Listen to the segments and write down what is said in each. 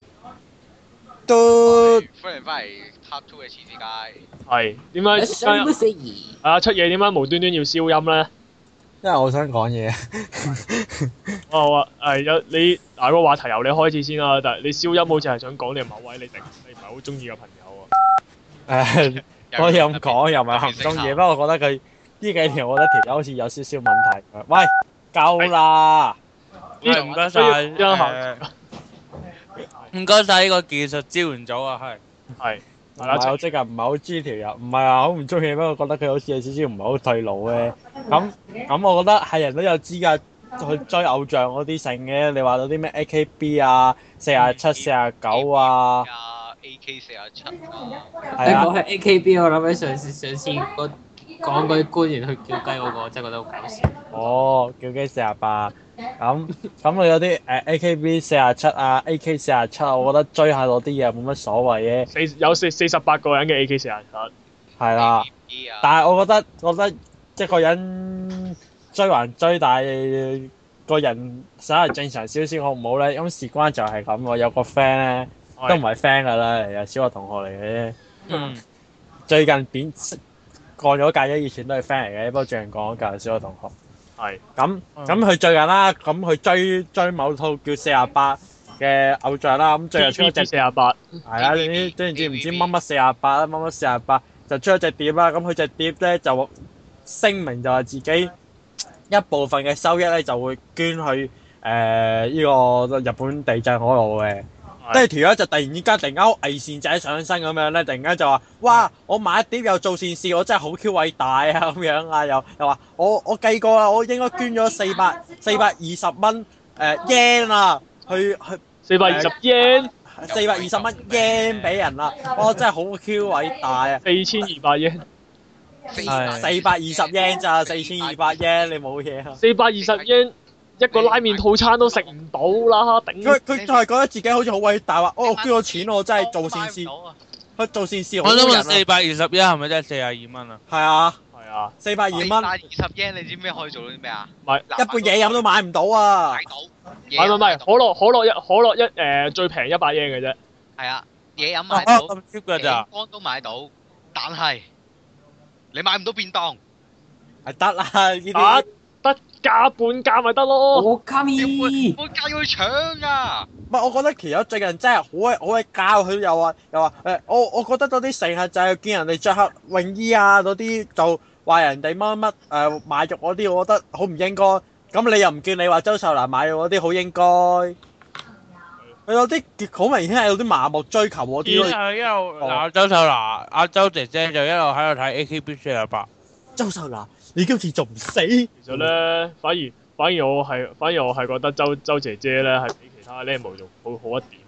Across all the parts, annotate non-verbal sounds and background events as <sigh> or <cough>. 哎你翻嚟 Top Two 嘅黐線街，係點解想不死疑啊出嘢點解無端端要消音咧？因為我想講嘢。我話誒有你嗱個話題由你開始先啦，但係你消音好似係想講你某位你定你唔係好中意嘅朋友啊。誒，我又唔講，又唔係行唔中嘢，不過我覺得佢呢幾條，我覺得條友好似有少少問題。喂，夠啦！喂唔該晒需要誒唔該晒呢個技術支援組啊，係。係唔係啦，係就我即係唔係好中意條友，唔係話好唔中意，不過覺得佢好似有少少唔係好退路咧。咁咁，我覺得係人都有資格去追偶像嗰啲成嘅。你話有啲咩 AKB 啊、四啊七、四啊九啊，啊 AK 四啊七啊，係你啊，講起 AKB，我諗起上次上次嗰講嗰啲官員去叫雞嗰個，真係覺得好搞笑。哦，叫機四啊八。咁咁，你有啲呃誒 AKB 四啊七啊、AK 四啊七，我覺得追下嗰啲嘢冇乜所謂嘅，四有四四十八個人嘅 AK 四廿七。係啦。 AKB 啊，但係我覺得，我覺得一個人追還追，但係個人稍為正常少少好唔好咧？咁事關就係咁喎，有個 friend 咧都唔係 friend 噶啦，又小學同學嚟嘅，嗯。最近變過咗界啫，以前都係 friend 嚟嘅，不過最近過咗界小學同學。係咁嗯咁佢最近啦，咁佢追追某套叫四廿八嘅偶像啦，咁最近出咗隻四廿八，係啊，總之總言之唔知乜乜四廿八啦，乜乜四廿八就出咗隻碟啦。咁佢隻碟咧就聲明就話自己一部分嘅收益咧就會捐去誒呢、個日本地震嗰度嘅。跟住條友就突然之間突然間好偽善仔上身咁樣咧，突然間就話：哇！我買碟又做善事，我真係好 Q 偉大啊咁樣啊！又又話我我計過啊啦，我應該捐咗四百四百二十蚊誒 yen 啊，去去四百啊二十 yen，四百二十蚊 yen 俾人啦，哇！真係好 Q 偉大啊！四千二百 yen，四四百二十 yen 咋，四千二百 yen 你冇嘢啊！四百二十 yen 一個拉麵套餐都食唔到啦，嗯佢頂！佢就係覺得自己好似好偉大話，哦，我捐咗錢我真係做善事，去做善事好我想多問人四啊，百二十一係咪真係四廿二蚊啊？係啊，係啊，四百二四蚊一百半二十 yen，你知唔知可以做到啲咩啊？唔係嘢飲都買唔到啊買！到，唔係唔係唔係，可樂可樂一可樂一誒最平一百 yen 嘅啫，係啊，嘢飲啊買到，咁 cheap 㗎餅咋？乾都買到，但係你買唔到便當，係得啦，呢打啲啊得加半價咪得咯。我卡咪要搬搬家要去搶啊！唔係我覺得其實最近真係好鬼好鬼教佢又話又話誒，我我覺得嗰啲成日就係見人哋着黑泳衣啊嗰啲就話人哋乜乜誒買肉嗰啲，我覺得好唔應該。咁你又唔見你話周秀娜買肉嗰啲好應該？佢有啲好明顯係有啲麻木追求嗰啲然咯。後一路嗱，周秀娜、亞洲姐姐就一路喺度睇 AKB 四廿八。周秀娜，你今次仲唔死？其其實，咧，反而反而我係反而我係覺得周周姐姐咧係比其他 Lemo 仲好好一點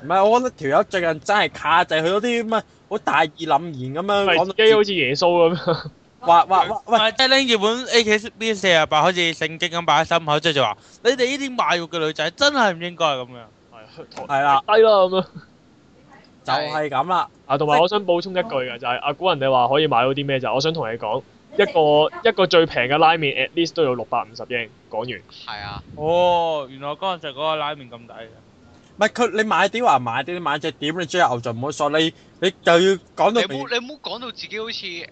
唔係我覺得條友最近真係卡滯，佢嗰啲咩好大義凜然咁嘅，樣咪講自到己好似耶穌咁樣。話話話唔喂。係，即係拎住本 AKB 四廿八，好似聖經咁擺喺心口，即係就話：你哋呢啲賣肉嘅女仔真係唔應該咁樣。係係啦，低啦咁樣。就係咁啦。啊，同埋我想補充一句嘅就係、阿古人你話可以買到啲咩就係我想同你講一個一個最平嘅拉麵 at least 都要六百五十英講完。係啊，哦，原來剛才嗰個拉麵咁抵嘅。唔係佢，你買碟話買碟，你買隻碟，你追牛就唔好索，你你就要講你到唔明好你唔好講到自己好似誒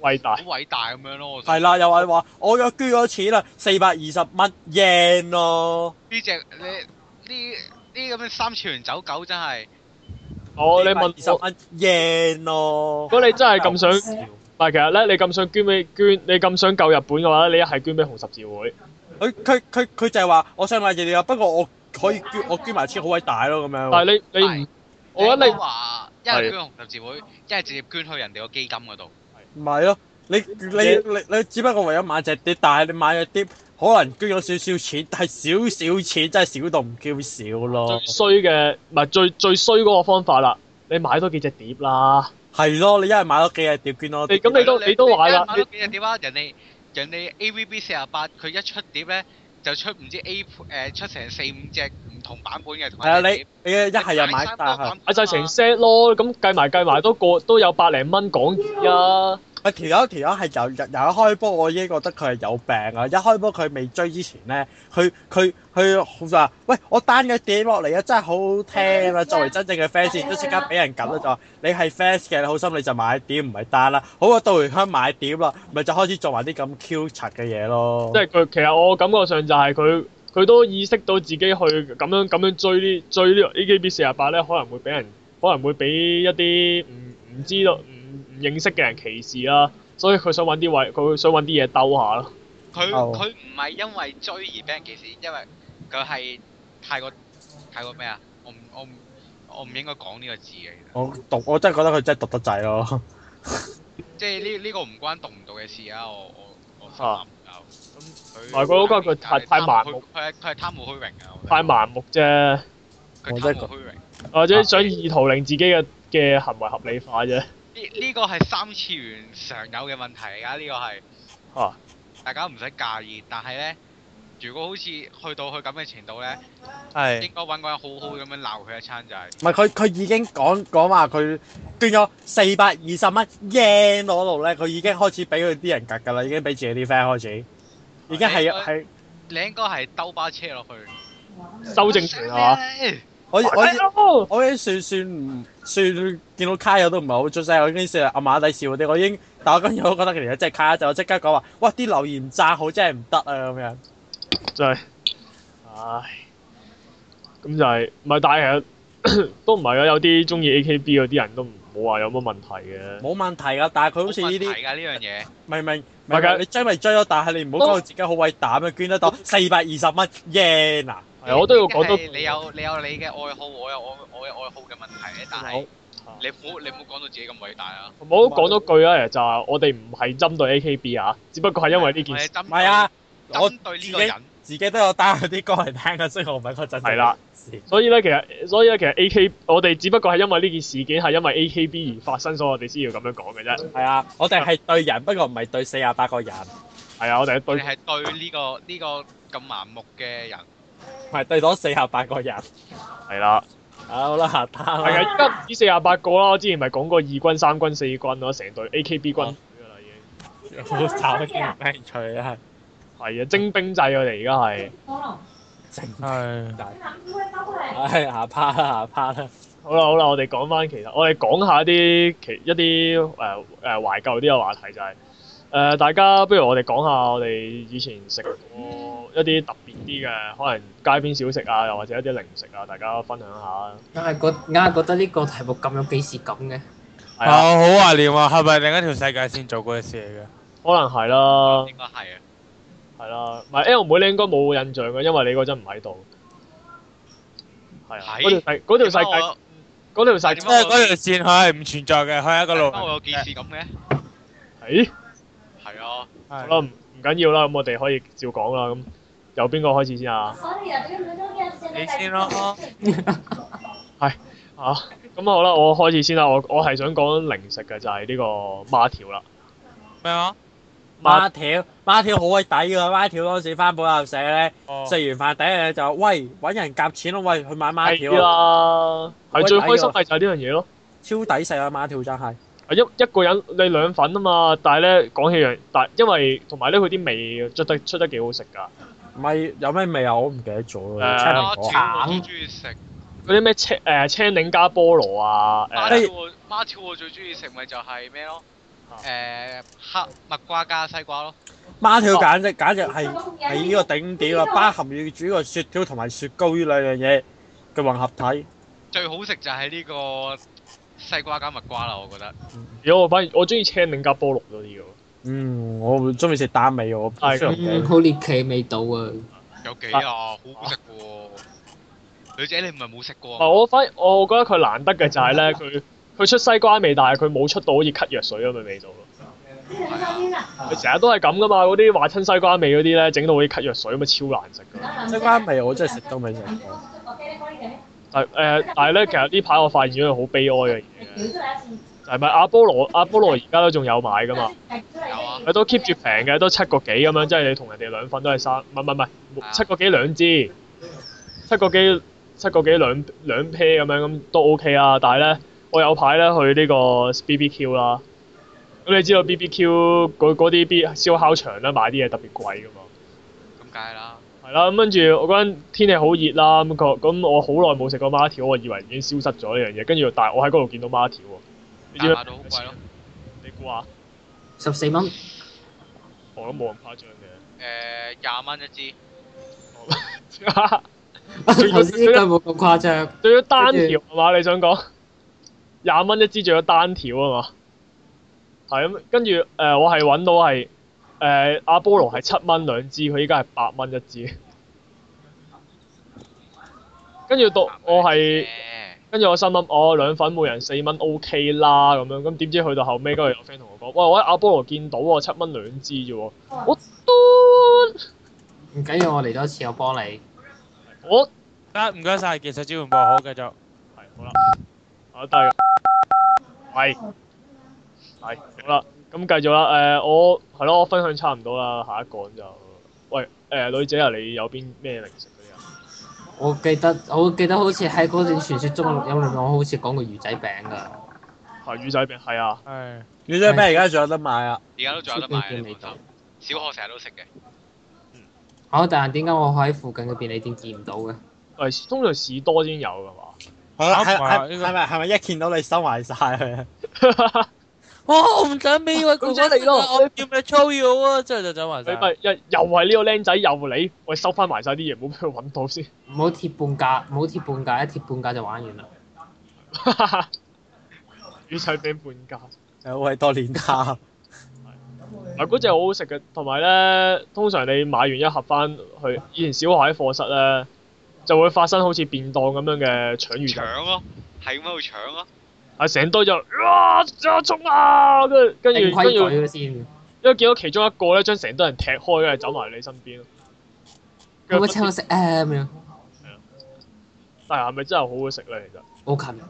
偉大好偉大咁樣咯，我就啊係啦，啊又話話我有捐咗錢啦，四百二十蚊 yen 咯，呢只你呢呢咁嘅三次元走狗真係我、哦你問二十我，蚊 yen 咯如，果你真係咁想，唔係其實咧，你咁想捐俾捐，你咁想救日本嘅話咧，你一係捐俾紅十字會。佢佢佢佢就係話我想買隻碟啊，不過我可以捐我捐埋錢好偉大咯咁樣。但啊係你你係唔，我覺得你應該話一係捐紅十字會，一係直接捐去人哋個基金嗰度。唔係咯，你你你你只不過為咗買隻碟，但係你買隻碟可能捐咗少少錢，但係少少錢真係少到唔叫少咯最。衰嘅，唔係最最衰嗰個方法啦，你買多幾隻碟啦。係咯，你一係買咗幾隻碟捐你咗。咁你都你都話啦買咗幾隻碟啊？人哋人哋 AVB 四廿八，佢一出碟咧就出唔知 A 誒出成四五隻唔同版本嘅同係啊，埋你你一係又買啊三個大盒版本啊嘛買晒成 set 咯，咁計埋計埋都個都有百零蚊港紙啊！啊條友條友係由由由一開波我已經覺得佢係有病啊！一開波佢未追之前咧，佢佢佢好就話：喂，我單嘅跌落嚟啊，真係好聽啊！作為真正嘅 fans，都即刻俾人撳啊啦，就話你係 fans 嘅，你好心你就買碟唔係單啦。好啊，到回鄉買碟啦，咪就開始做埋啲咁 Q 柒嘅嘢咯。即係佢其實我感覺上就係佢佢都意識到自己去咁樣咁樣追呢追呢個 AKB 四廿八咧，可能會俾人可能會俾一啲唔唔知道唔唔認識嘅人歧視啦，所以佢想揾啲位佢想揾啲嘢兜下咯。佢哦佢唔係因為追而俾人歧視，因為佢係太過太過咩啊？我唔我唔我唔應該講呢個字嘅，其實我讀我真係覺得佢真係讀得滯咯。即係呢呢個唔關讀唔到嘅事啊！我我我心啊諗咁唔係嗰個佢太太盲目，佢係佢係貪慕虛榮啊！我覺得太盲目啫，佢我貪真係慕虛榮。或者想意圖令自己嘅嘅行為合理化啫。呢呢個係三次元常有嘅問題嚟㗎，呢個係。啊大家唔使介意，但係咧，如果好似去到佢咁嘅程度嗯咧，係應該揾個人好好咁樣鬧佢一餐就係、唔係佢佢已經講講話佢捐咗四百二十蚊 yen 嗰度咧，佢已經開始俾佢啲人格㗎啦，已經俾自己啲 friend 開始，已經係係係你應該係兜巴車落去。修正權啊！我我。我我已經算算唔算見到卡友都唔係好出聲，我已經算係暗啞底笑嗰啲。我已經，但我跟住我覺得其實真係卡就我即刻講話，哇！啲留言唔讚好真係唔得啊咁樣。真係，唉，咁就係、唔係？但係其實 <coughs> 都唔係啊，有啲中意 AKB 嗰啲人都唔冇話有乜問題嗯嘅。冇問題㗎，但係佢好好似似呢呢啲啲㗎呢樣嘢，明明唔係明㗎明你追咪追咯，但係你唔好講到自己好偉大咁樣捐得到四百二十蚊 yen 啊！係，我都要講多呢啲係你有你有你嘅愛好，我有我我嘅愛好嘅問題但係你唔好你唔好講到自己咁偉大啊！我都講多句啊，其實就係我哋唔係針對 AKB 啊，只不過係因為呢件事我哋針唔係啊，對，我針對呢個人，自己都有 down 啲歌嚟聽啊㗎，所以我唔係嗰陣。係啦，所以咧其實所以咧其實 AK 我哋只不過係因為呢件事件係因為 AKB 而發生，所以我哋先要咁樣講嘅啫。係啊，我哋係對人，不過唔係對四廿八個人，唔係啊，我哋係我對哋係對呢、個呢、個咁盲目嘅人。係對咗四廿八個人。係啦，好啦，得係啊，啦。而家唔止四廿八個啦，我之前咪講過二軍、三軍、四軍咯，成隊 AKB 軍隊㗎啦已經。好慘，啲人興趣啊！ <laughs> 係啊，徵兵制我哋而家係。正係唉，下 part 啦，下 part 啦。好啦好啦，我哋講翻其實，我哋講下啲其一啲誒誒懷舊啲嘅話題就係、誒、呃大家不如我哋講下我哋以前食過一啲特別啲嘅，可能街邊小食啊，又或者一啲零食啊，大家分享下啊。硬係覺硬係覺得呢個題目咁有幾時咁嘅，係啊，啊，好懷念啊！係咪另一條世界先做過嘅事可能係啦，應該係啊，係啦，唔係 L 妹你應該冇印象嘅，因為你嗰陣唔喺度。係啊，係嗰條世嗰條世點解我啊界嗰條世界嚟嘅？即係嗰條線佢係唔存在嘅，佢係一個點路解我有件事咁嘅？咦係啊，好啦，係。唔唔哎緊要啦，咁我哋可以照講啦。咁由邊個開始先啊？你先咯，啊，咁好啦，我開始先啦。我我係想講零食嘅，就係、呢個孖條啦。咩話？孖條，孖條好鬼抵㗎，孖條嗰陣時翻補習社咧，哦食完飯第一樣就喂揾人夾錢咯，喂去買孖係條啊，啦，係最開心好嘅就係呢樣嘢咯。超抵食啊孖條真係。係一一個人你兩份啊嘛，但係咧講起樣，但因為同埋咧佢啲味出得出得幾好食㗎。唔係有咩味啊？我唔記得咗誒啦。青孖蘋果條我最中意食，嗰啲咩青誒、青檸加菠蘿啊，誒、孖條我孖條我最中意食咪就係咩咯？誒黑蜜瓜加西瓜咯，孖條簡直簡直係係呢個頂點啊！包含要煮個雪條同埋雪糕呢兩樣嘢嘅混合體。最好食就係呢個西瓜加蜜瓜啦，我覺得。如果我反而我中意青檸加菠蘿多啲嘅喎。嗯，我會中意食蛋味喎我係雖然唔記得嗯，好獵奇味道啊！有幾啊？好好食嘅喎，女仔你唔係冇食唔過啊？係我反而我覺得佢難得嘅就係咧，佢佢出西瓜味，但係佢冇出到好似咳藥水咁嘅味道咯。佢成日都係咁噶嘛，嗰啲話親西瓜味嗰啲咧，整到好似咳藥水咁樣超難食噶。西瓜味我真係食都未食過。但誒、呃但係咧，其實呢排我發現咗樣好悲哀嘅嘢，就係咪阿波羅阿波羅而家都仲有買噶嘛？佢都 keep 住平嘅，都七個幾咁樣，即係你同人哋兩份都係三，唔係唔係唔係，七個幾兩支，七個幾七個幾兩兩 pair 咁樣咁都 OK 啊。但係咧，我有排咧去呢個 BBQ 啦，咁你知道 BBQ 嗰嗰啲 B 燒烤場咧買啲嘢特別貴噶嘛？咁梗係啦。係啦，咁跟住我嗰陣天氣好熱啦，咁佢咁我好耐冇食過孖條，我以為已經消失咗呢樣嘢，跟住但係我喺嗰度見到孖條喎，你知唔但知係買到好貴咯。你估下？十四蚊，我都冇咁誇張嘅誒廿蚊一支，哦。頭先呢句冇咁誇張， <laughs> 仲要單條係嘛？你想講廿蚊一支，仲要單條啊嘛？係咁，跟住誒、呃我係揾到係誒、呃阿波羅係七蚊兩支，佢依家係八蚊一支。跟住到我係，跟住我心諗，哦兩份每人四蚊 OK 啦咁樣，咁點知去到後尾，跟住有 friend 同我講，喂，我喺阿波羅見到喎，七蚊兩支啫喎，我都唔緊要，我嚟多次，我幫你。我得唔該晒技術支援部，好繼續。係好啦，好得啦，係係好啦，咁繼續啦。誒、我係咯，我分享差唔多啦，下一個咁就喂誒、女仔啊，你有邊咩零食嗰啲啊？我記得，我記得好似喺嗰段傳説中嘅錄音裏面，我好似講過魚仔餅㗎。係魚仔餅，係啊，係。你知咩而家仲有得買 <laughs> 啊？而家都仲有得賣，出邊你見放心。小學成日都食嘅，好，但係點解我喺附近嘅便利店見唔到嘅？誒通常士多先有㗎嘛。係啦，係啱係埋係呢咪係咪一見到你收埋晒啊 <laughs> 佢？個。哇！我唔想俾位哥哥嚟咯，我叫咩粗要啊！之後就走埋你晒。咪一又係呢個僆仔又你，喂收翻埋晒啲嘢，唔好俾佢揾到先。唔好貼半價，唔好貼半價，一貼半價就玩完啦。 <laughs> 魚仔餅半價。有位多年卡，嗱，嗰只好好食嘅，同埋咧，通常你買完一盒翻去，以前小學喺課室咧，就會發生好似便當咁樣嘅搶魚仔，搶咯，係咁喺度搶咯。啊成堆就哇啊衝啊，跟住跟定住規跟住，矩嘅先，因為見到其中一個咧，將成堆人踢開，跟住走埋你身邊咯。可唔可跟以請我住食啊？咁樣但係係咪真係好好食咧？其實好近。啊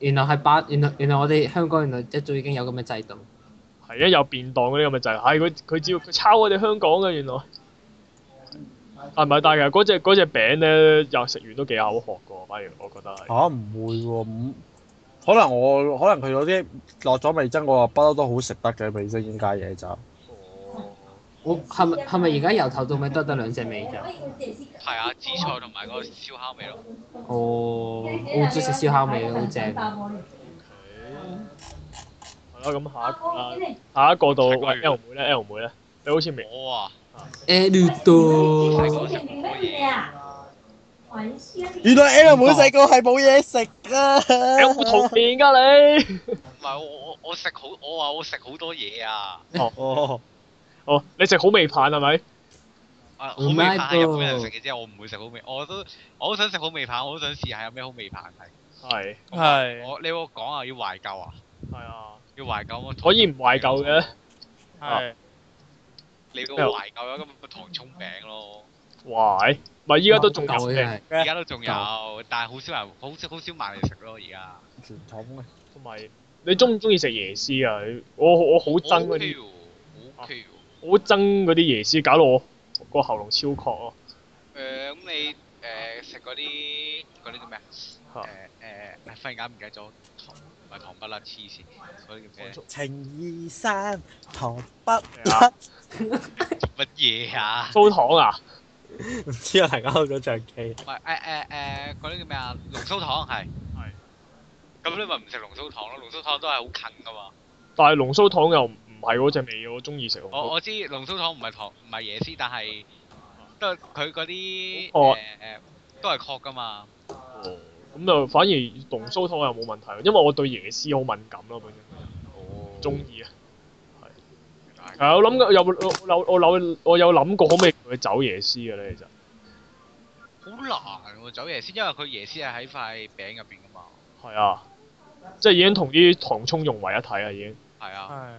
原來係八，原來原來我哋香港原來一早已經有咁嘅制度。係一有便當嗰啲咁嘅就係，唉佢佢只要佢抄我哋香港嘅原來。啊係咪？但係其實嗰只嗰只餅咧，又食完都幾口渴嘅喎，反而我覺得係。嚇唔會喎，唔可能我可能佢嗰啲落咗味噌，我話不嬲都好食得嘅味噌，依家嘢就哦我係咪係咪而家由頭到尾都得兩隻味咋？係啊，紫菜同埋嗰個燒烤味咯。哦，我好中意食燒烤味嘅，好正。係咯，咁下一個啦，下一個到喂 L 妹咧，L 妹咧，你好似 <laughs> 未我啊，誒呢度原來 L 妹細個係冇嘢食啊噶，有冇圖片㗎你？唔係我我我食好，我話我食好多嘢啊。 <laughs> 哦，哦，你食好味棒係咪？啊，好唔味係棒係日本人食嘅啫，我唔會食好味。我都我好想食好味棒，我好想試下有咩好味棒係。係嗯係。我你我講啊，要懷舊啊，係啊，要懷舊啊。可以唔懷舊嘅。啊係。啊你個懷舊有咁嘅糖葱餅咯，喂，咪依家都仲有夠嘅真嘅，哦係。而家都仲哦有，但係好少人，好少好少買嚟食咯。而家傳統啊嘅。同埋你中唔中意食椰絲啊？你我我好我憎嗰 OK 啲，喎我，OK 喎。好憎嗰啲椰絲，搞到我個喉嚨超渴咯。呃誒咁你誒食嗰啲嗰啲叫咩啊？誒誒嚇，忽然間唔記得咗糖唔係糖不甩黐線，嗰啲叫咩？情意山糖不係啊甩，做乜嘢啊？粗糖啊，唔知我突然間開咗唱 K，唔係誒誒誒嗰啲叫咩啊？龍鬚糖係。係。咁你咪唔食龍鬚糖咯？龍鬚糖都係好近噶嘛。但係龍鬚糖又唔係嗰只味，我中意食。我我知龍鬚糖唔係糖唔係椰絲，但係都係佢嗰啲誒好誒渴都係確噶嘛。哦咁就反而龍鬚糖又冇問題，因為我對椰絲好敏感咯，本身哦中啊意啊。係我諗過有有我諗我有諗過可唔可以同佢走椰絲嘅咧？其實好難喎，走椰絲，因為佢椰絲係喺塊餅入邊噶嘛。係啊，即係已經同啲糖葱融為一體啦，已經係啊。係。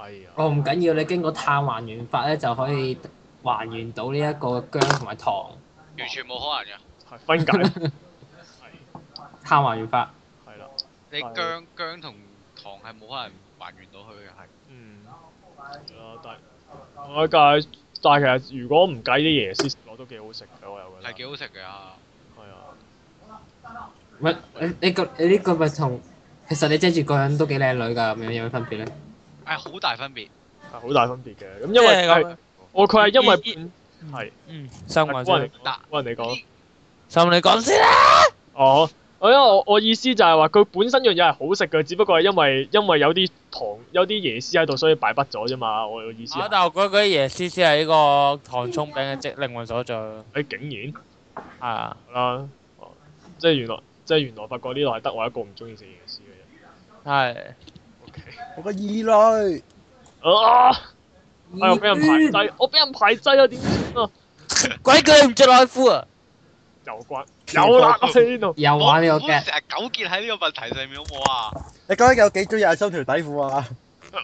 係啊，哦，唔緊要，你經過碳還原法咧，就可以還原到呢一個薑同埋糖。完全冇可能嘅。係分解係碳還原法，係啦，你係姜姜同糖係冇可能還原到佢嘅，係。嗯，係啊，但係我但係但係其實如果唔計啲椰絲，我都幾好食嘅，我又覺得係幾好食嘅啊！係啊，唔係你你個你呢個咪同其實你遮住個人都幾靚女㗎，咁樣有咩分別咧？誒好大分別。係好大分別嘅。咁因為即係咁係我佢係因為依本係嗯，三係個嗰人先嚟，講嗰人嚟講。三你講先啦。哦，我因為我我意思就係話佢本身樣嘢係好食嘅，只不過係因為因為有啲糖有啲椰絲喺度，所以敗筆咗啫嘛。我嘅意思啊係，但我覺得嗰啲椰絲先係呢個糖葱餅嘅即靈魂所在。你哎竟係啊，然啦，哦即係原來即係原來發覺呢度係得我一個唔中意食椰絲嘅人。係。 O K，我個異類，啊！哎我俾人排擠，我俾人排擠啊！點算啊？鬼叫你唔着內褲啊！又關有啦，我喺呢度。又我玩呢個我 get，成日糾結喺呢個問題上面好冇啊！你覺得有幾中意阿心條底褲啊？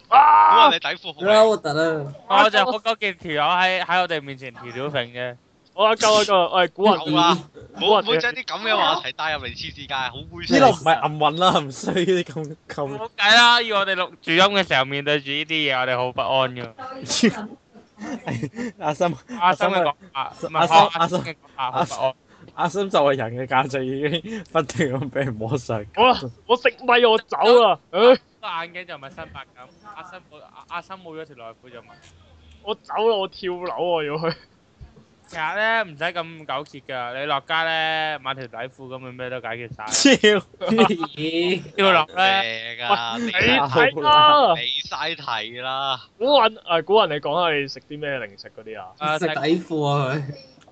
我啊話！你底褲好啦靚，核突啦！我就好糾結條友喺喺我哋面前條條揈啫。我啊夠啊夠啊！我係古好惑。啦，唔好好啊唔好將啲咁嘅話題帶入嚟黐線界，好猥呢度瑣。唔係暗運啦，唔需要呢啲咁咁。冇計啦，要我哋錄住音嘅時候面對住呢啲嘢，我哋好不安噶。阿心阿生嘅講法，唔係阿生阿生嘅講法好不安。阿心就係人嘅價值已經不斷咁俾人摸上。好啦，我食米我走啦。唉，個眼鏡就唔係新白咁，阿生冇阿阿生冇咗條內褲就唔係。我走啦，我跳樓我要去。其實咧唔使咁糾結㗎，你落街咧買條底褲咁樣咩都解決晒。超咦？要落 <laughs> 咧，靚啊！你哎 <laughs> 你你睇啊啦。嘥題啦，啊古人誒，古人你講下你食啲咩零食嗰啲啊？啊食食底褲啊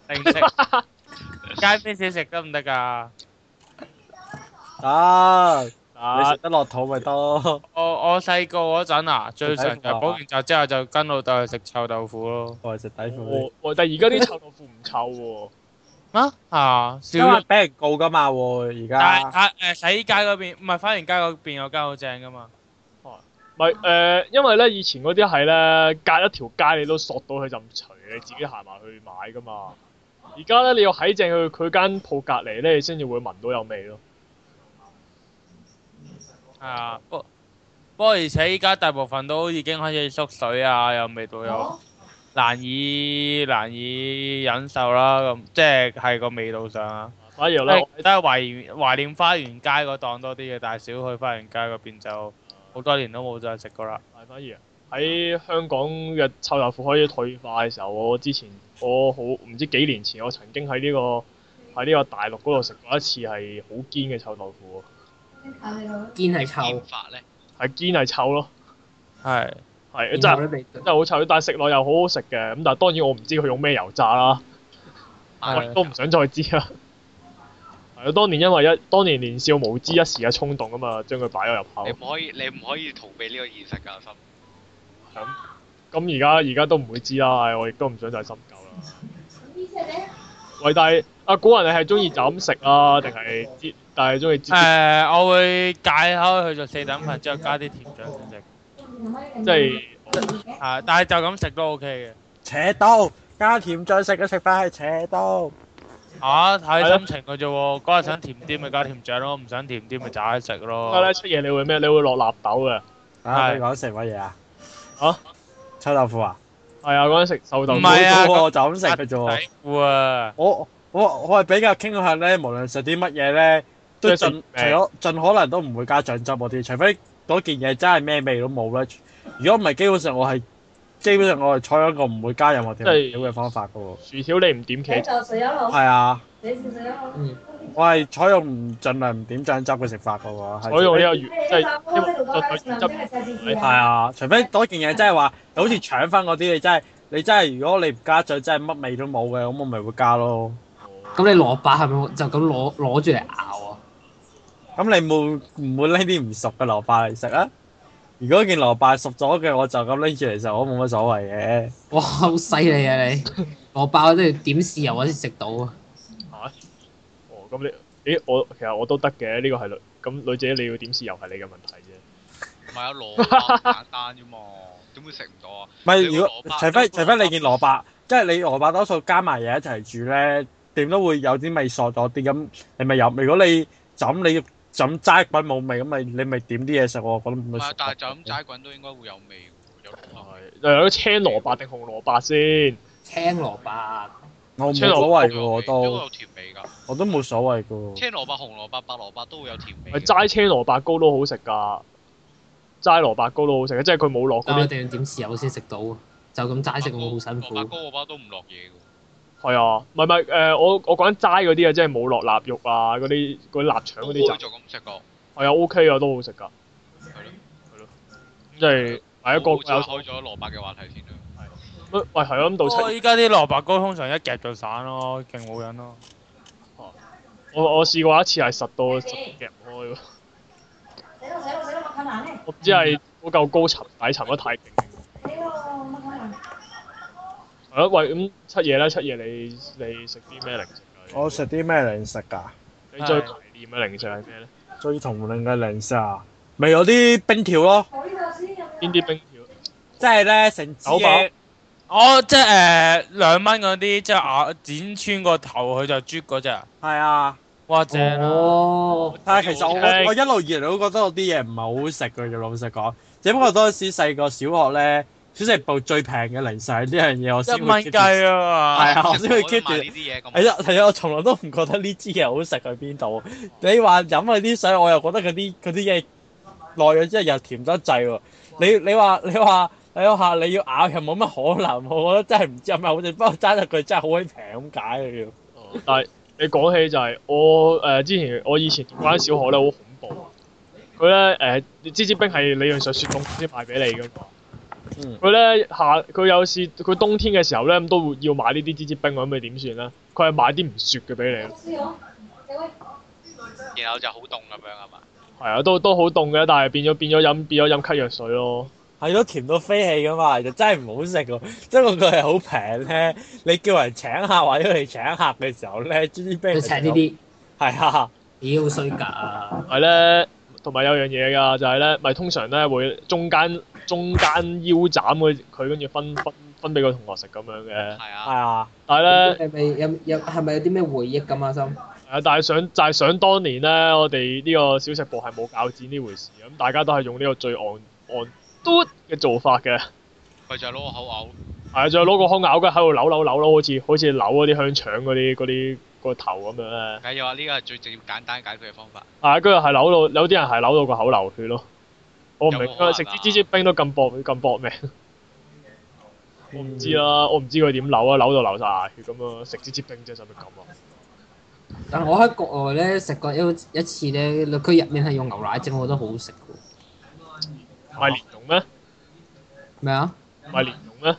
佢，零食，街邊小食得唔得㗎？啊！你啊食，得落肚咪得咯。我我細個嗰陣啊，最常就係補完習之後就跟老豆去食臭豆腐咯。我係食底褲。我我但係而家啲臭豆腐唔臭喎。啊啊，少因為俾人告噶嘛會而但係家。啊誒洗衣街嗰邊，唔係花園街嗰邊有間好正㗎嘛。唔係誒，因為咧以前嗰啲係咧隔一條街你都索到佢就唔除，你自己行埋去買噶嘛。而家咧你要喺正佢佢間鋪隔離咧，你先至會聞到有味咯。係啊，不不過而且依家大部分都已經開始縮水啊，又味道又難以難以忍受啦，咁即係係個味道上啊。反而咧，都我係都係懷懷念花園街嗰檔多啲嘅，但係少去花園街嗰邊就好多年都冇再食過啦。係反而喺香港嘅臭豆腐可以退化嘅時候，我之前我好唔知幾年前，我曾經喺呢、個喺呢個大陸嗰度食過一次係好堅嘅臭豆腐堅係點臭，法咧？喎，係堅係臭咯，係係嗯真然後係咧味真係好臭，但係食落又好好食嘅。咁但係當然我唔知佢用咩油炸啦，我亦係都唔想再知啦。係啊，當年因為一當年年少無知一時嘅衝動啊嘛，將佢擺咗入口你。唔可以，你唔可以逃避呢個現實㗎，心。咁而家而家都唔會知啦，唉我亦都唔想再深究啦。喂，但係阿古人你係中意就咁食啊，定係擠？但係中意誒、擠，我會解開去做四等份之後加啲甜醬先食，即係係、但係就咁食都 OK 扯刀加甜醬食嘅食法係扯刀。嘅。嚇、睇係心情嘅啫喎，嗰日想甜啲咪加甜醬咯，唔想甜啲咪渣食而家咯咧。出嘢你會咩？你會落納豆嘅。啊！係你講食乜嘢啊？啊？臭豆腐啊？係啊，嗰陣食臭豆唔腐。係冇啊個喎我就咁食嘅啫喎。底褲啊！我我我係比較傾向咧，無論食啲乜嘢咧，都即係食盡除咩咗盡可能都唔會加醬汁嗰啲，除非嗰件嘢真係咩味都冇啦。如果唔係，基本上我係基本上我係採一個唔會加任何調味料嘅方法嘅喎。薯條你唔點茄汁，係啊，嗯，我係採用唔盡量唔點醬汁嘅食法嘅喎。係我用呢個即原即係係係啊，除非嗰件嘢真係話，好似腸粉嗰啲，你真係你真係如果你唔加醬，真係乜味都冇嘅，咁我咪會加咯。咁你蘿蔔係咪就咁攞攞住嚟咬啊？咁你冇唔會拎啲唔熟嘅蘿蔔嚟食啊？如果件蘿蔔熟咗嘅，我就咁拎住嚟食，我冇乜所謂嘅。哇，好犀利啊你！蘿蔔都要點豉油我先食到啊！哦，咁你，咦？我其實我都得嘅，呢個係女咁女仔你要點豉油係你嘅問題啫。唔係啊，蘿 <laughs> 蔔簡單啫嘛，點會食唔到啊？唔係，你如個果蘿蔔除非都除非你件蘿蔔，即係你蘿蔔多數加埋嘢一齊煮咧，點都會有啲味索咗啲咁，你咪飲。如果你就咁你就咁齋滾冇味，咁咪你咪點啲嘢食喎，我覺得唔冇乜所謂係，但係就咁齋滾都應該會有味喎，有蘿蔔味。係，又有青蘿蔔定紅蘿蔔先？青蘿蔔，我冇 Channel 所謂嘅喎，我都都有甜味㗎。我都冇所謂嘅喎。青蘿蔔、紅蘿蔔、白蘿蔔都會有甜味咪嘅。齋青蘿蔔糕都好食㗎，齋蘿蔔糕都好食嘅，即係佢冇落嗰但我一啲定要點豉油先食到，就咁齋食我好蘿辛蔔苦。糕嗰包都唔落嘢㗎。係啊，唔係唔係誒，我我講緊齋嗰啲啊，即係冇落臘肉啊，嗰啲嗰啲臘腸啊嗰我啲就就咁食過，係啊 OK 啊，都好食㗎，係咯。咁即係係一個我好似有開咗蘿蔔嘅話題先啦。乜喂係啊咁到不七過依家啲蘿蔔糕通常一夾就散咯，勁冇癮咯。我我試過一次係實到實夾唔開喎， <laughs> 我唔知係嗰嚿高沉底沉得太勁。係咯，喂咁七夜咧，七夜你你食啲咩零食㗎？我食啲咩零食㗎？你最懷念嘅零食係咩咧？最同齡嘅零食啊，咪有啲冰條咯，邊啲冰條？即係咧成支九嘢百，我哦即係誒兩蚊嗰啲，即係咬剪穿個頭佢就啜嗰只，係啊。哇正啊！哦，但係其實我係我我一路以嚟都覺得我啲嘢唔係好好食嘅，就老實講。只不過當時細個小學咧，小食部最平嘅零食係呢樣嘢，我先一會蚊 keep 雞住啊嘛係，啊我先會都 keep 買住呢啲嘢咁。係啊，係啊，我從來都唔覺得呢支嘢好食去邊度。你話飲嗰啲水，我又覺得嗰啲嗰啲嘢耐咗之後又甜得滯喎。你你話你話你話你要咬又冇乜可能，我覺得真係唔知係咪好食。不過爭在佢真係好鬼平咁解嘅要。但係你講起就係、我誒、呃之前我以前讀間小學咧好恐怖，佢咧誒你支支冰係理論上雪凍先賣俾你噶嘛。嗯佢咧夏佢有時佢冬天嘅時候咧咁都會要買呢啲支支冰喎，咁你點算咧？佢係買啲唔雪嘅俾你咯，然後就好凍咁樣啊嘛。係啊，都都好凍嘅，但係變咗變咗飲變咗飲咳藥水咯。係咯，甜到飛起噶嘛，就真係唔好食喎。 <laughs> 即係佢係好平咧，你叫人請客或者你請客嘅時候咧，朱啲你冰食呢啲，係啊，咦好衰格啊！係咧，同埋有樣嘢㗎，就係咧，咪通常咧會中間中間腰斬佢，佢跟住分分分俾個同學食咁樣嘅。係係啊，啊，但係咧。係咪有有係咪有啲咩回憶咁啊？心係啊，但係想就係想當年咧，我哋呢個小食部係冇鉸剪呢回事嘅，咁大家都係用呢個最按按嘟嘅做法嘅，係佢就攞個口咬。啊，仲有攞個康咬嘅喺度扭扭扭扭，好似好似扭嗰啲香腸嗰啲嗰啲個頭咁樣咧，梗要話呢個係最直接簡單解決嘅方法。 <laughs> 係啊，跟住係扭到有啲人係扭到個口流血咯，我唔明有冇可能啊食支支支冰都咁搏咁搏命，我唔知啦，我唔知佢點扭啊，扭到流晒牙血咁樣，食支支冰啫，使乜咁啊？但係我喺國外咧食過一一次咧，佢入面係用牛奶整，我覺得好好食喎。唔係蓮蓉咩？咩啊？唔係蓮蓉咩？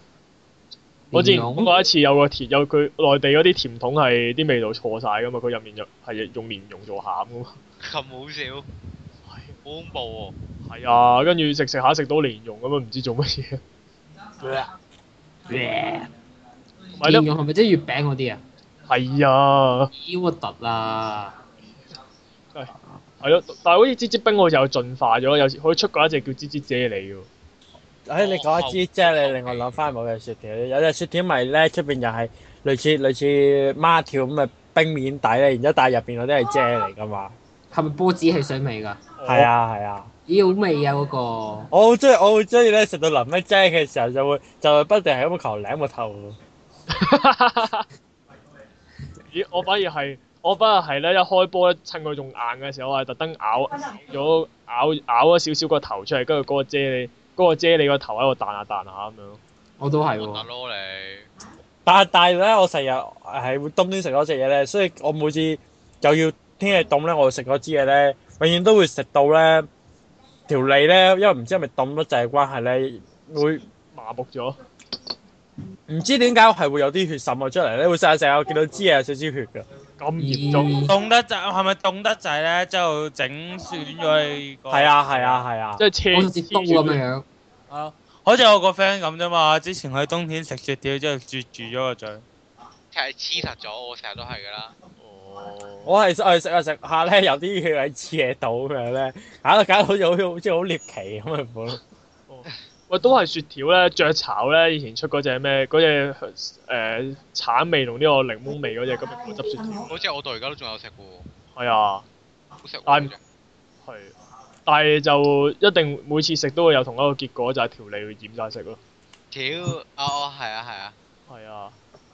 我之前蓮蓉講過一次有個甜有佢內地嗰啲甜筒係啲味道錯晒噶嘛，佢入面又係用蓮蓉做餡噶嘛。咁好笑，好恐怖喎！係啊，跟住食食下食到蓮蓉咁啊樣，唔知做乜嘢。 <laughs> 同埋啊蓮咧蓉係咪即係月餅嗰啲啊？係啊，咦核突啊！係咯、但係好似芝芝冰我又進化咗，有時佢出過一隻叫芝芝啫喱喎。哦誒哎你講一支啫，你令我諗翻某隻雪條，有隻雪條咪咧出邊又係類似類似孖條咁嘅冰面底咧，然之後但係入邊嗰啲係啫嚟噶嘛，係咪波子汽水味㗎？係啊係啊。咦好味啊嗰個！我好中意，我好中意咧食到臨尾啫嘅時候就會就會不定係咁求舐個頭。 <laughs> 咦，我反而係我反而係咧，一開波咧趁佢仲硬嘅時候，我係特登咬咗咬咬咗少少個頭出嚟，跟住嗰個啫喱嗰、個啫喱個頭喺度彈下彈下咁樣。我都係核突喎。咯你，但係但係咧，我成日係會冬天食嗰只嘢咧，所以我每次又要天氣凍咧，我食嗰支嘢咧，永遠都會食到咧條脷咧，因為唔知係咪凍得滯嘅關係咧，會麻木咗，唔知點解係會有啲血滲咗出嚟咧，會成日成日我見到支嘢有少少血㗎。咁嚴重，咦凍得滯係咪凍得滯咧？之後整損咗你個係啊係啊係啊即，係車好似刀黐住咁佢樣。啊！好似我個 friend 咁啫嘛，之前佢冬天食雪條之後啜住咗個嘴，係黐實咗，我成日都係㗎啦。哦我係我係食下食下咧，有啲血喺支嘢度咁樣咧，搞到搞到好似好似好似好獵奇咁啊嘅款。喂，都係雪條咧，雀巢咧，以前出嗰只咩嗰只誒橙味同呢個檸檬味嗰只咁嘅果汁雪條，嗰只我到而家都仲有食嘅喎，係啊，好食喎但係嗰隻。係，但係就一定每次食都會有同一個結果，就係條脷會染晒色咯。哦屌，啊哦，係啊係啊，係啊，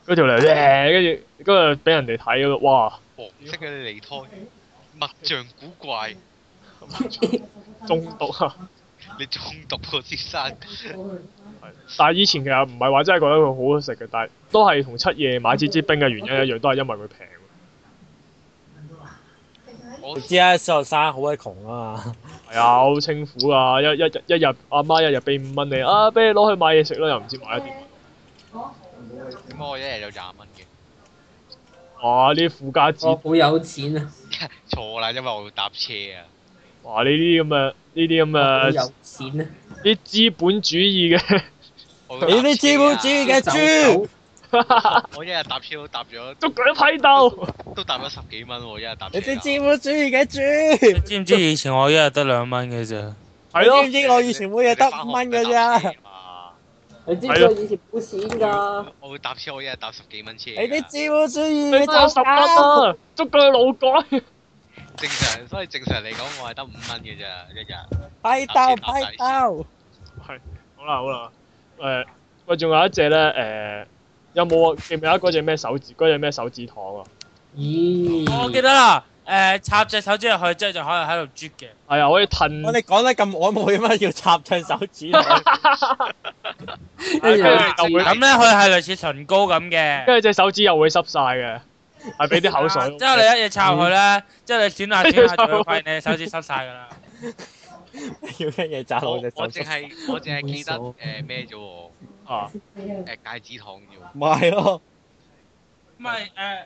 嗰條嚟咧，跟住跟住俾人哋睇咁，哇！黃色嘅離胎，物象古怪，中毒啊！ <laughs> 你中毒喎先生。但係以前其實唔係話真係覺得佢好好食嘅，但係都係同七夜買支支冰嘅原因一樣，都係因為佢平。我你知啦，小學生好鬼窮啊嘛，係啊，好清苦啊！一一日一日阿媽一日俾五蚊你，啊俾你攞去買嘢食啦，又唔知買一啲。點解我一日有廿蚊嘅？哇！呢啲附加子我，好有錢啊！錯啦，因為我要搭車啊。哇！呢啲咁嘅呢啲咁我好嘅有錢啊！啲資本主義嘅，我要你啲資本主搭車啊義嘅豬， <laughs> 我一日搭車都搭咗，捉佢一批鬥。都搭咗十幾蚊喎，一日搭你車啊。啲資本主義嘅豬，你知唔知以前我一日得兩蚊嘅啫？係咯你，知唔知我以前每日得五蚊嘅啫？啫。你知唔知我以前冇錢㗎？啊我會搭車，我一日搭十幾蚊車㗎。啊你啲資本主義你都嘅有十走蚊狗，啦，捉佢去勞改。正常，所以正常嚟講，我係得五蚊嘅咋一日。批鬥批鬥，好啦好啦，誒喂，仲有一隻咧誒，有冇啊記唔記得嗰隻咩手指嗰隻咩手指糖啊？咦？我記得啦，誒插隻手指入去之後就可以喺度啜嘅。係啊，可以褪。 <laughs> 我哋講得咁曖昧，點解要插隻手指落去？跟住就會咁咧，佢係類似唇膏咁嘅。跟住隻手指又會濕晒嘅，係俾啲口水。之後你一嘢插入去咧， <laughs> 之後你閃下閃下就會發現你手指濕晒㗎啦。要一嘢扎我落隻手我指淨，係我淨係記得誒咩啫喎？啊，誒戒指糖啫喎。唔係咯，唔係誒，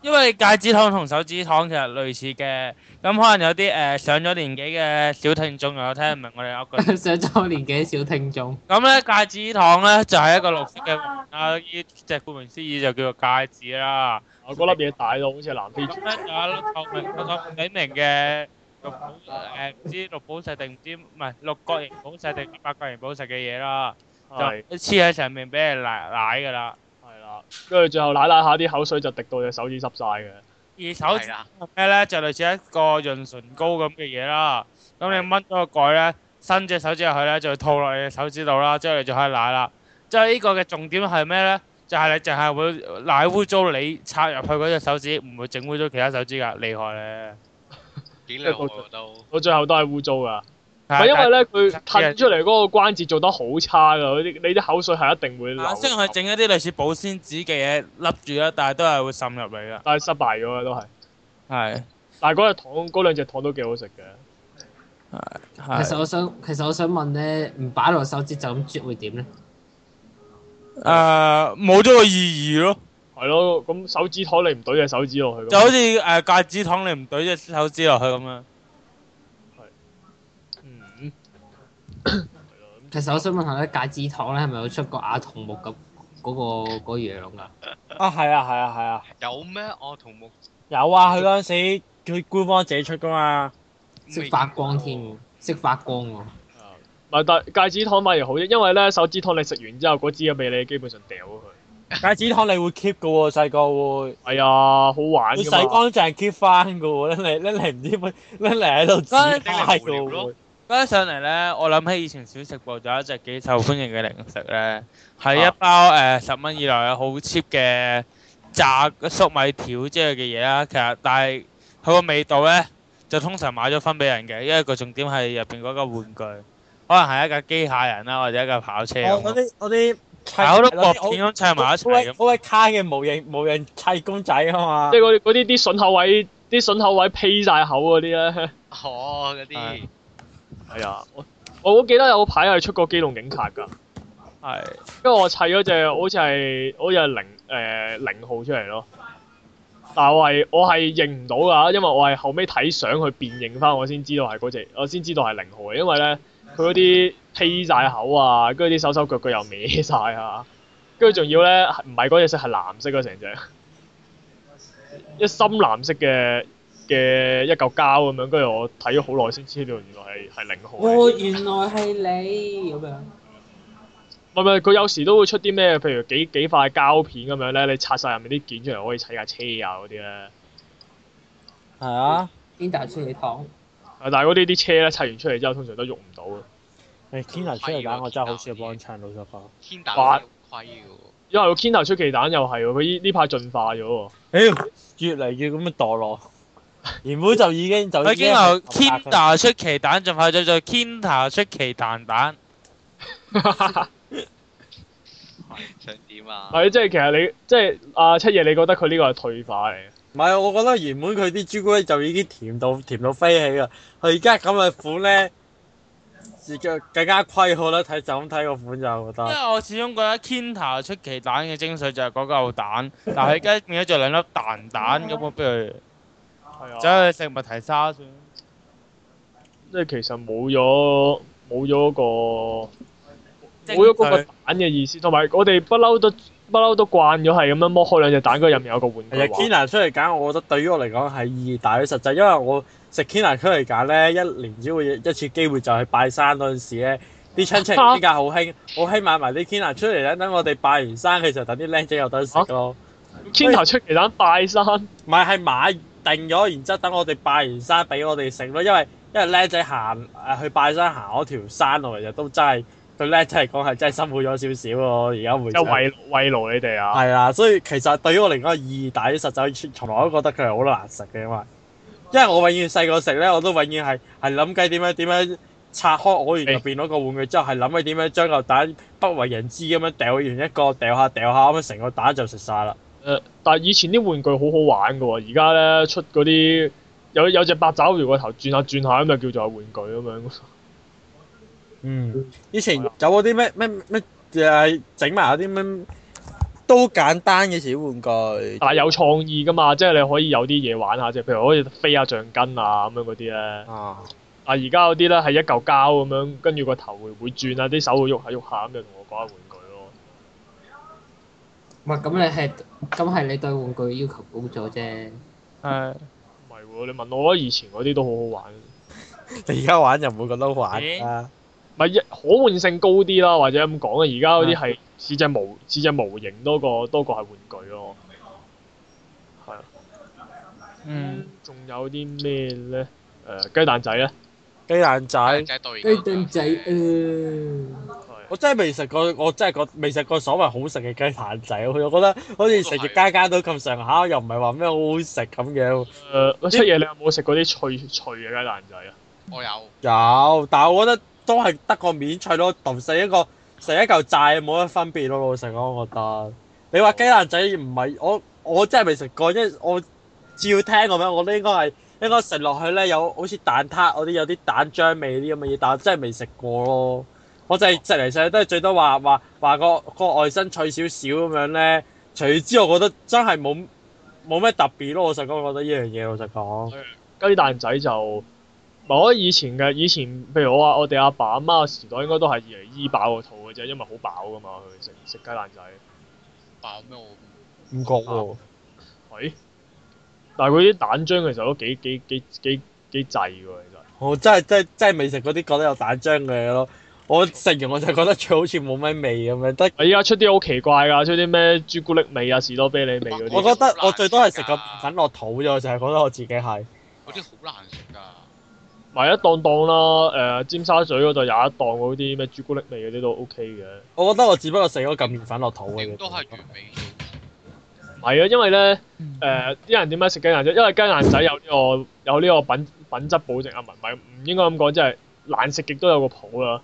因為戒指糖同手指糖其實類似嘅，咁可能有啲誒、上咗年紀嘅小聽眾又有聽唔明我哋 <laughs> 嗰 <laughs> 句。上咗年紀小聽眾，咁咧戒指糖咧就係、一個綠色嘅環啦，呢隻顧名思義就叫做戒指啦。我啊嗰粒嘢大到好似藍飛咁咧就有一粒透明、透透明明嘅綠寶誒，唔知綠寶石定唔知唔係六角形寶石定八角形寶石嘅嘢啦，就係黐喺上面俾人奶奶㗎啦。係啦，跟住最後奶奶下啲口水就滴到隻手指濕晒嘅。而手指係啦，咩咧？就類似一個潤唇膏咁嘅嘢啦。咁你掹咗個蓋咧，伸隻手指入去咧，就會套落你隻手指度啦。之後你就可以奶啦。之後呢個嘅重點係咩咧？就係、你淨係會奶污糟你插入去嗰隻手指，唔會整污糟其他手指㗎，厲害咧！幾兩我都。到最後都係污糟㗎。唔係係因為咧，佢但係褪出嚟嗰個關節做得好差㗎，嗰啲你啲口水係一定會流啊，，雖然佢整一啲類似保鮮紙嘅嘢笠住啦，但係都係會滲入嚟㗎。但係失敗咗嘅都係。係但係嗰隻糖嗰兩隻糖都幾好食嘅，其係實我想，其實我想問咧，唔擺落手指就咁啜會點咧？誒，冇咗個意義咯。係咯。咁手指糖你唔懟隻手指落去咁，就好似誒戒指糖，你唔懟隻手指落去咁樣。嗯其實我想問下咧，戒指糖咧係咪有出過亞童木咁嗰個嗰樣啊？啊係啊係啊係啊，有咩？我同木有啊，佢嗰陣時佢官方自己出噶嘛，識發光添喎，識發光喎。唔係，但戒指糖反而好啲，因為咧手指糖你食完之後嗰支嘅俾你基本上掉咗佢。戒指糖你會 keep 噶喎，細個會。係啊，好玩你洗㗎嘛。乾淨 keep 翻噶喎，拎嚟拎嚟唔知乜，拎嚟喺度指派噶拎嚟無聊喎咯。加上嚟咧，我諗起以前小食部就有一隻幾受歡迎嘅零食咧，係一啊包誒十蚊以內嘅好 cheap 嘅炸粟米條之類嘅嘢啦。其實但係佢個味道咧，就通常買咗分俾人嘅，因為個重點係入邊嗰個玩具，可能係一架機械人啦，或者一架跑車我嗰咁。啲嗰啲砌係好多薄嗰啲片咁砌埋一好鬼齊咁。好鬼卡嘅模型模型砌公仔啊嘛即，係嗰啲嗰啲啲筍口位，啲筍口位披晒口嗰啲咧。哦嗰啲係係啊，我我好記得有排係出過機動警察㗎，係因為我砌咗隻好似係好似係零誒、呃零號出嚟咯。但係我係我係認唔到㗎，因為我係後尾睇相去辨認翻，我先知道係嗰隻，我先知道係零號嘅，因為咧佢嗰啲披晒口啊，跟住啲手手腳腳又歪晒啊，跟住仲要咧唔係嗰隻色係藍色嗰啊成隻，一深藍色嘅嘅一嚿膠咁樣，跟住我睇咗好耐先知道原來係係零號嚟嘅。哦，原來係你咁樣。唔係唔係，佢有時都會出啲咩，譬如幾幾塊膠片咁樣咧，你拆晒入面啲件出嚟，可以砌架車啊嗰啲咧。係啊，邊大出你糖？但係嗰啲啲車咧砌完出嚟之後，通常都喐唔到嘅。你天能出嚟打我真係好少幫襯老實講，天大哇好虧嘅喎。因為個 Kina 出奇蛋又係喎，佢依呢排進化咗喎。屌，哎越嚟越咁樣墮落。原本就已經就佢已經經由係 Kinder 出奇蛋，仲快咗做 Kinder 出奇蛋蛋。想點啊？係即係其實你即係阿七爺，你覺得佢呢個係退化嚟嘅？唔係，我覺得原本佢啲朱古力就已經甜到甜到飛起啦。佢而家咁嘅款咧，自己更加虧好啦。睇就咁睇個款就啊我覺因得。為我始終覺得 Kinder 出奇蛋嘅精髓就係嗰 <laughs> 嚿蛋，但係佢而家變咗做兩粒蛋蛋咁，哦我不如係啊，走去食麥提沙算。即係其實冇咗冇咗個。 <laughs> 冇咗嗰個蛋嘅意思，同埋我哋不嬲都不嬲都慣咗係咁樣剝開兩隻蛋，跟住入面有個玩具其實玩。 Kina 出嚟揀，我覺得對於我嚟講係意義大於實際，因為我食 Kina 出嚟揀咧，一年只會一次機會就係拜山嗰陣時咧，啲親戚依家好興，好興買埋啲 Kina 出嚟咧，等我哋拜完山嘅時候，等啲僆仔有得食咯。 Kina 出奇蛋拜山，係唔係係買定咗，然之後等我哋拜完山俾我哋食咯，因為因為僆仔行啊誒去拜山行嗰條山路，其實都真係對僆仔嚟講係真係辛苦咗少少咯。而家回想慰慰勞你哋啊！係啦，所以其實對於我嚟講意義大於實際，從來都覺得佢係好難食嘅，因為因為我永遠細個食咧，我都永遠係係諗緊點樣點樣拆開我完入邊嗰個玩具之後，係諗緊點樣將個蛋不為人知咁樣掉完一個，掉下掉下咁樣成個蛋就食晒啦。但係以前啲玩具好好玩嘅喎，而家咧出嗰啲有有隻八爪魚個頭轉下轉下咁就叫做係玩具咁樣。嗯，以前係有啦嗰啲咩咩咩誒整埋嗰啲咩都簡單嘅小玩具，但係有創意㗎嘛，即係你可以有啲嘢玩下啫，譬如可以飛下橡筋啊咁樣嗰啲咧。啊啊，而家嗰啲咧係一嚿膠咁樣，跟住個頭會會轉啊，啲手會喐下喐下咁就同我講係玩具咯。唔係咁你係咁係你對玩具要求高咗啫。係。唔係喎，你問我，我覺得以前嗰啲都好好玩。你而家玩就唔會覺得好玩啦。唔係一可換性高啲啦，或者咁講啊。而家嗰啲係似隻模似隻模型多過多過係玩具咯。係啊，嗯，仲有啲咩咧？誒、雞蛋仔咧，雞蛋仔。即係到而家雞蛋仔呃誒，我真係未食過，我真係覺未食過所謂好食嘅雞蛋仔，我覺得好似食住家家都咁上下，又唔係話咩好好食咁樣。誒、出嘢呃你有冇食過啲脆脆嘅雞蛋仔啊？我有有，但係我覺得都係得個面脆咯，同食一個食一嚿債冇乜分別咯。老實講，我覺得你話雞蛋仔唔係我我真係未食過，因為我照聽咁樣，我覺得應該係應該食落去咧有好似蛋撻嗰啲有啲蛋漿味啲咁嘅嘢，但係真係未食過咯。我就係食嚟食去都係最多話話話個個外身脆少少咁樣咧。除此之外，我覺得真係冇冇咩特別咯。老實講，我覺得呢樣嘢老實講，雞蛋仔就，咪我覺得以前嘅以前，譬如我話我哋阿爸阿媽嘅時代應該都係嚟醫飽個肚嘅啫，因為好飽噶嘛，佢食食雞蛋仔。爆咩？我唔覺喎。係，但係佢啲蛋漿其實都幾幾幾幾幾滯喎，其實。我真係真係真係未食嗰啲覺得有蛋漿嘅嘢咯。我食完我就覺得佢好似冇咩味咁樣，得依啊家出啲好奇怪㗎，出啲咩朱古力味啊、士多啤梨味嗰我啲。覺得我最多係食個麵粉落肚啫，我就係覺得我自己係。嗰啲好難食㗎。買一檔檔啦，誒、呃尖沙咀嗰度有一檔嗰啲咩朱古力味嗰啲都 OK 嘅。我覺得我只不過食咗嚿麵粉落肚嘅啫。點都係完美嘅。唔係啊，因為咧誒，啲、嗯人點解食雞蛋仔？因為雞蛋仔有呢、個有呢個品品質保證啊，唔係唔應該咁講，即係難食極都有個譜啦。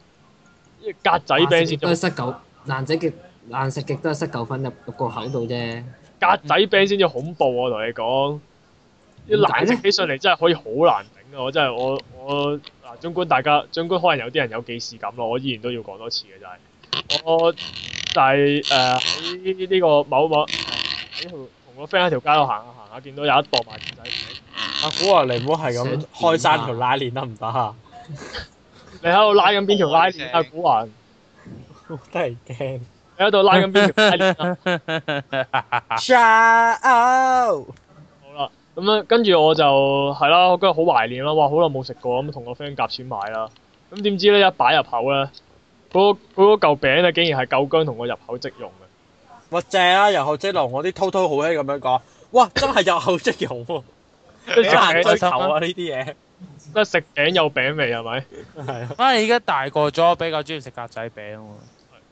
因為格仔難餅食極先都做係塞九，難食極難食極都係塞九分入入個口度啫。格仔餅先至恐怖，啊我同你講，點啲解呢難食起上嚟真係可以好難頂啊！我真係我我嗱，儘管大家儘管可能有啲人有既視感咯，我依然都要講多次嘅就係、我就係誒喺呢個某某喺同同個 friend 喺條街度行下行下，見到有一檔賣格仔餅，阿古話你唔好係咁開山條拉鏈得唔得啊？ <laughs> 你喺度拉緊邊條拉鏈啊？古雲，我真係驚。你喺度拉緊邊條拉鏈啊？<laughs> Shout！好啦，咁樣跟住我就係啦，跟住好懷念啦，哇！好耐冇食過，咁同個 friend 夾錢買啦。咁點知咧一擺入口咧，嗰嗰嗰嚿餅咧竟然係夠姜同我入口即溶嘅。哇正啊！由後即龍，我啲滔滔好氣咁樣講，哇真係由後即龍喎，即係幾難追食求餅，啊呢啲嘢。即係食餅有餅味係咪？係啊，反而而家大個咗，比較中意食格仔餅喎。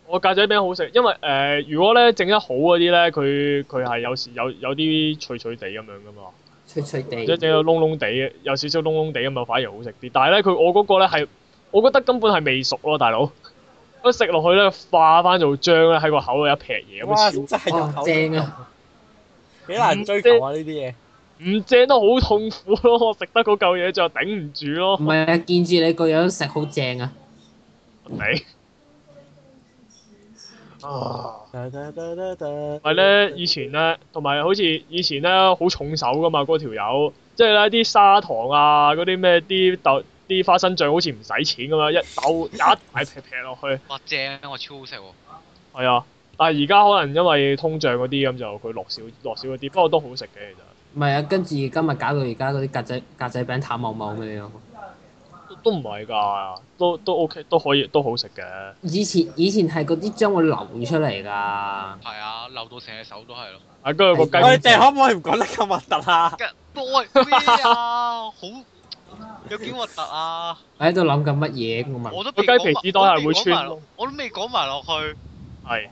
我格仔餅好食，因為誒、呃如果咧整得好嗰啲咧，佢佢係有時有有啲脆脆地咁樣噶嘛，脆脆地或者整到窿窿地嘅，有少少窿窿地咁啊，反而好食啲。但係咧，佢我嗰個咧係，我覺得根本係未熟咯，大佬。一食落去咧，化翻做漿咧，喺個口度一劈嘢咁哇！樣真燒，係入哇口正啊！幾難追求啊呢啲嘢。唔正都好痛苦咯。我食得嗰嚿嘢就頂唔住咯唔。係啊，見住你個樣食好正啊！你啊！係咪咧，以前咧，同埋好似以前咧，好重手噶嘛，嗰條友，即係咧啲砂糖啊，嗰啲咩啲豆、啲花生醬，好似唔使錢咁樣，一兜一大劈劈落去，哇正，啊我超好食喎。係啊。但係而家可能因為通脹嗰啲咁就佢落少落少咗啲，不過都好食嘅其實，唔係啊，跟住今日搞到而家嗰啲格仔格仔餅淡茂茂咁樣。都都唔係㗎，都都 OK，都可以都好食嘅。以前以前係嗰啲將會流出嚟係㗎。啊，流到成隻手都係 <laughs> 咯。啊，跟住個係我雞哋可唔可以唔講得咁核突啊？喂咩啊？好有幾核突 <laughs> 啊！我喺度諗緊乜嘢我問我都個未雞皮紙袋係會講穿埋窿，我都未講埋落去。係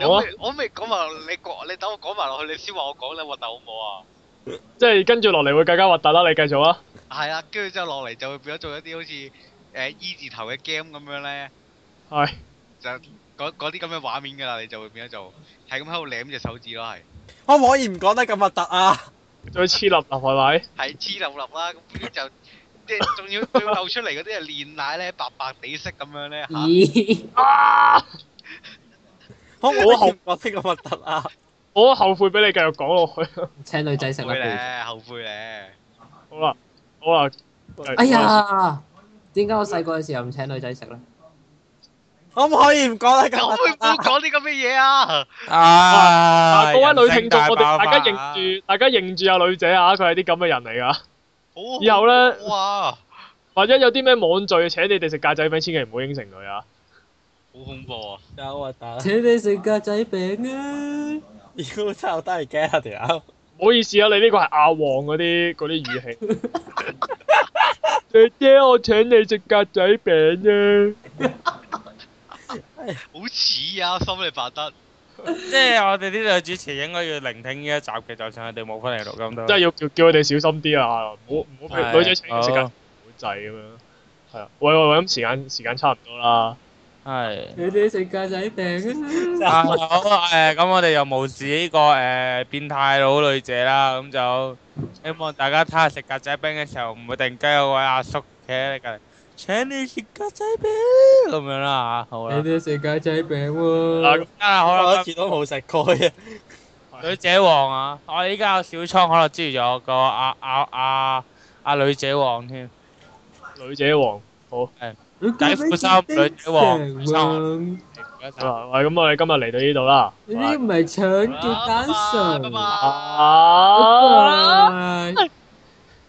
你好啊未我都未講埋落，你講你等我講埋落去，你先話我講你核突好啊唔即係跟住落嚟會更加核突啦。你繼續啊，好啊？係啦，跟住之後落嚟就會變咗做一啲好似誒 E 字頭嘅 game 咁樣咧，係就嗰嗰啲咁嘅畫面㗎啦，你就會變咗做係咁喺度舐隻手指咯，係可唔可以唔講得咁核突啊？再黐立立係咪？係黐立立啦，咁跟住就即係仲要仲要漏出嚟嗰啲係煉奶咧，白白地色咁樣咧嚇。咦？啊！可唔可以唔講得咁核突啊？我好後悔俾你繼續講落去。 <laughs> 請女仔食啦後悔不如。咧，後悔咧。好啦，好啦。哎呀，點解我細個嘅時候唔請女仔食咧？可唔可以唔講得 <laughs> 咁咁核會唔突會啊？講啲咁嘅嘢啊？啊！嗱，各位女聽眾，我哋大家認認住，大家認住阿女仔啊，佢係啲咁嘅人嚟噶。好以後咧，哇，好或者有啲咩網聚請你哋食格仔餅，千祈唔好應承佢啊。恐怖啊！有核突啊！請你食格仔餅啊！妖真係好得人驚啊條友！唔好意思啊，你呢個係阿旺嗰啲嗰啲語氣。姐姐，我請你食格仔餅啊！好似啊，心你扮得即係我哋呢度主持應該要聆聽呢一集嘅，就算佢哋冇翻嚟錄音都。真係要叫叫佢哋小心啲啊！唔好唔好俾係哦女仔請你食格仔餅好好滯咁樣。係啊，喂喂喂，咁時間時間差唔多啦。係。請你食格仔餅啊！啊好誒，咁我哋又無視呢個誒變態佬女姐啦，咁就希望大家睇下食格仔餅嘅時候，唔會突然間有位阿叔企喺你隔離，請你食格仔餅咁樣啦嚇，好啦請，你食格仔餅啊喎！得啦，好我啦一，次都冇食過嘅。女姐王啊，我哋依家有小倉可樂之餘，仲有個阿阿阿阿女姐王添，女仔王，底褲衫女仔王成好啦，喂，咁我哋今日嚟到呢度啦。呢啲唔係腸叫單啊拜拜拜純。拜。啊！拜拜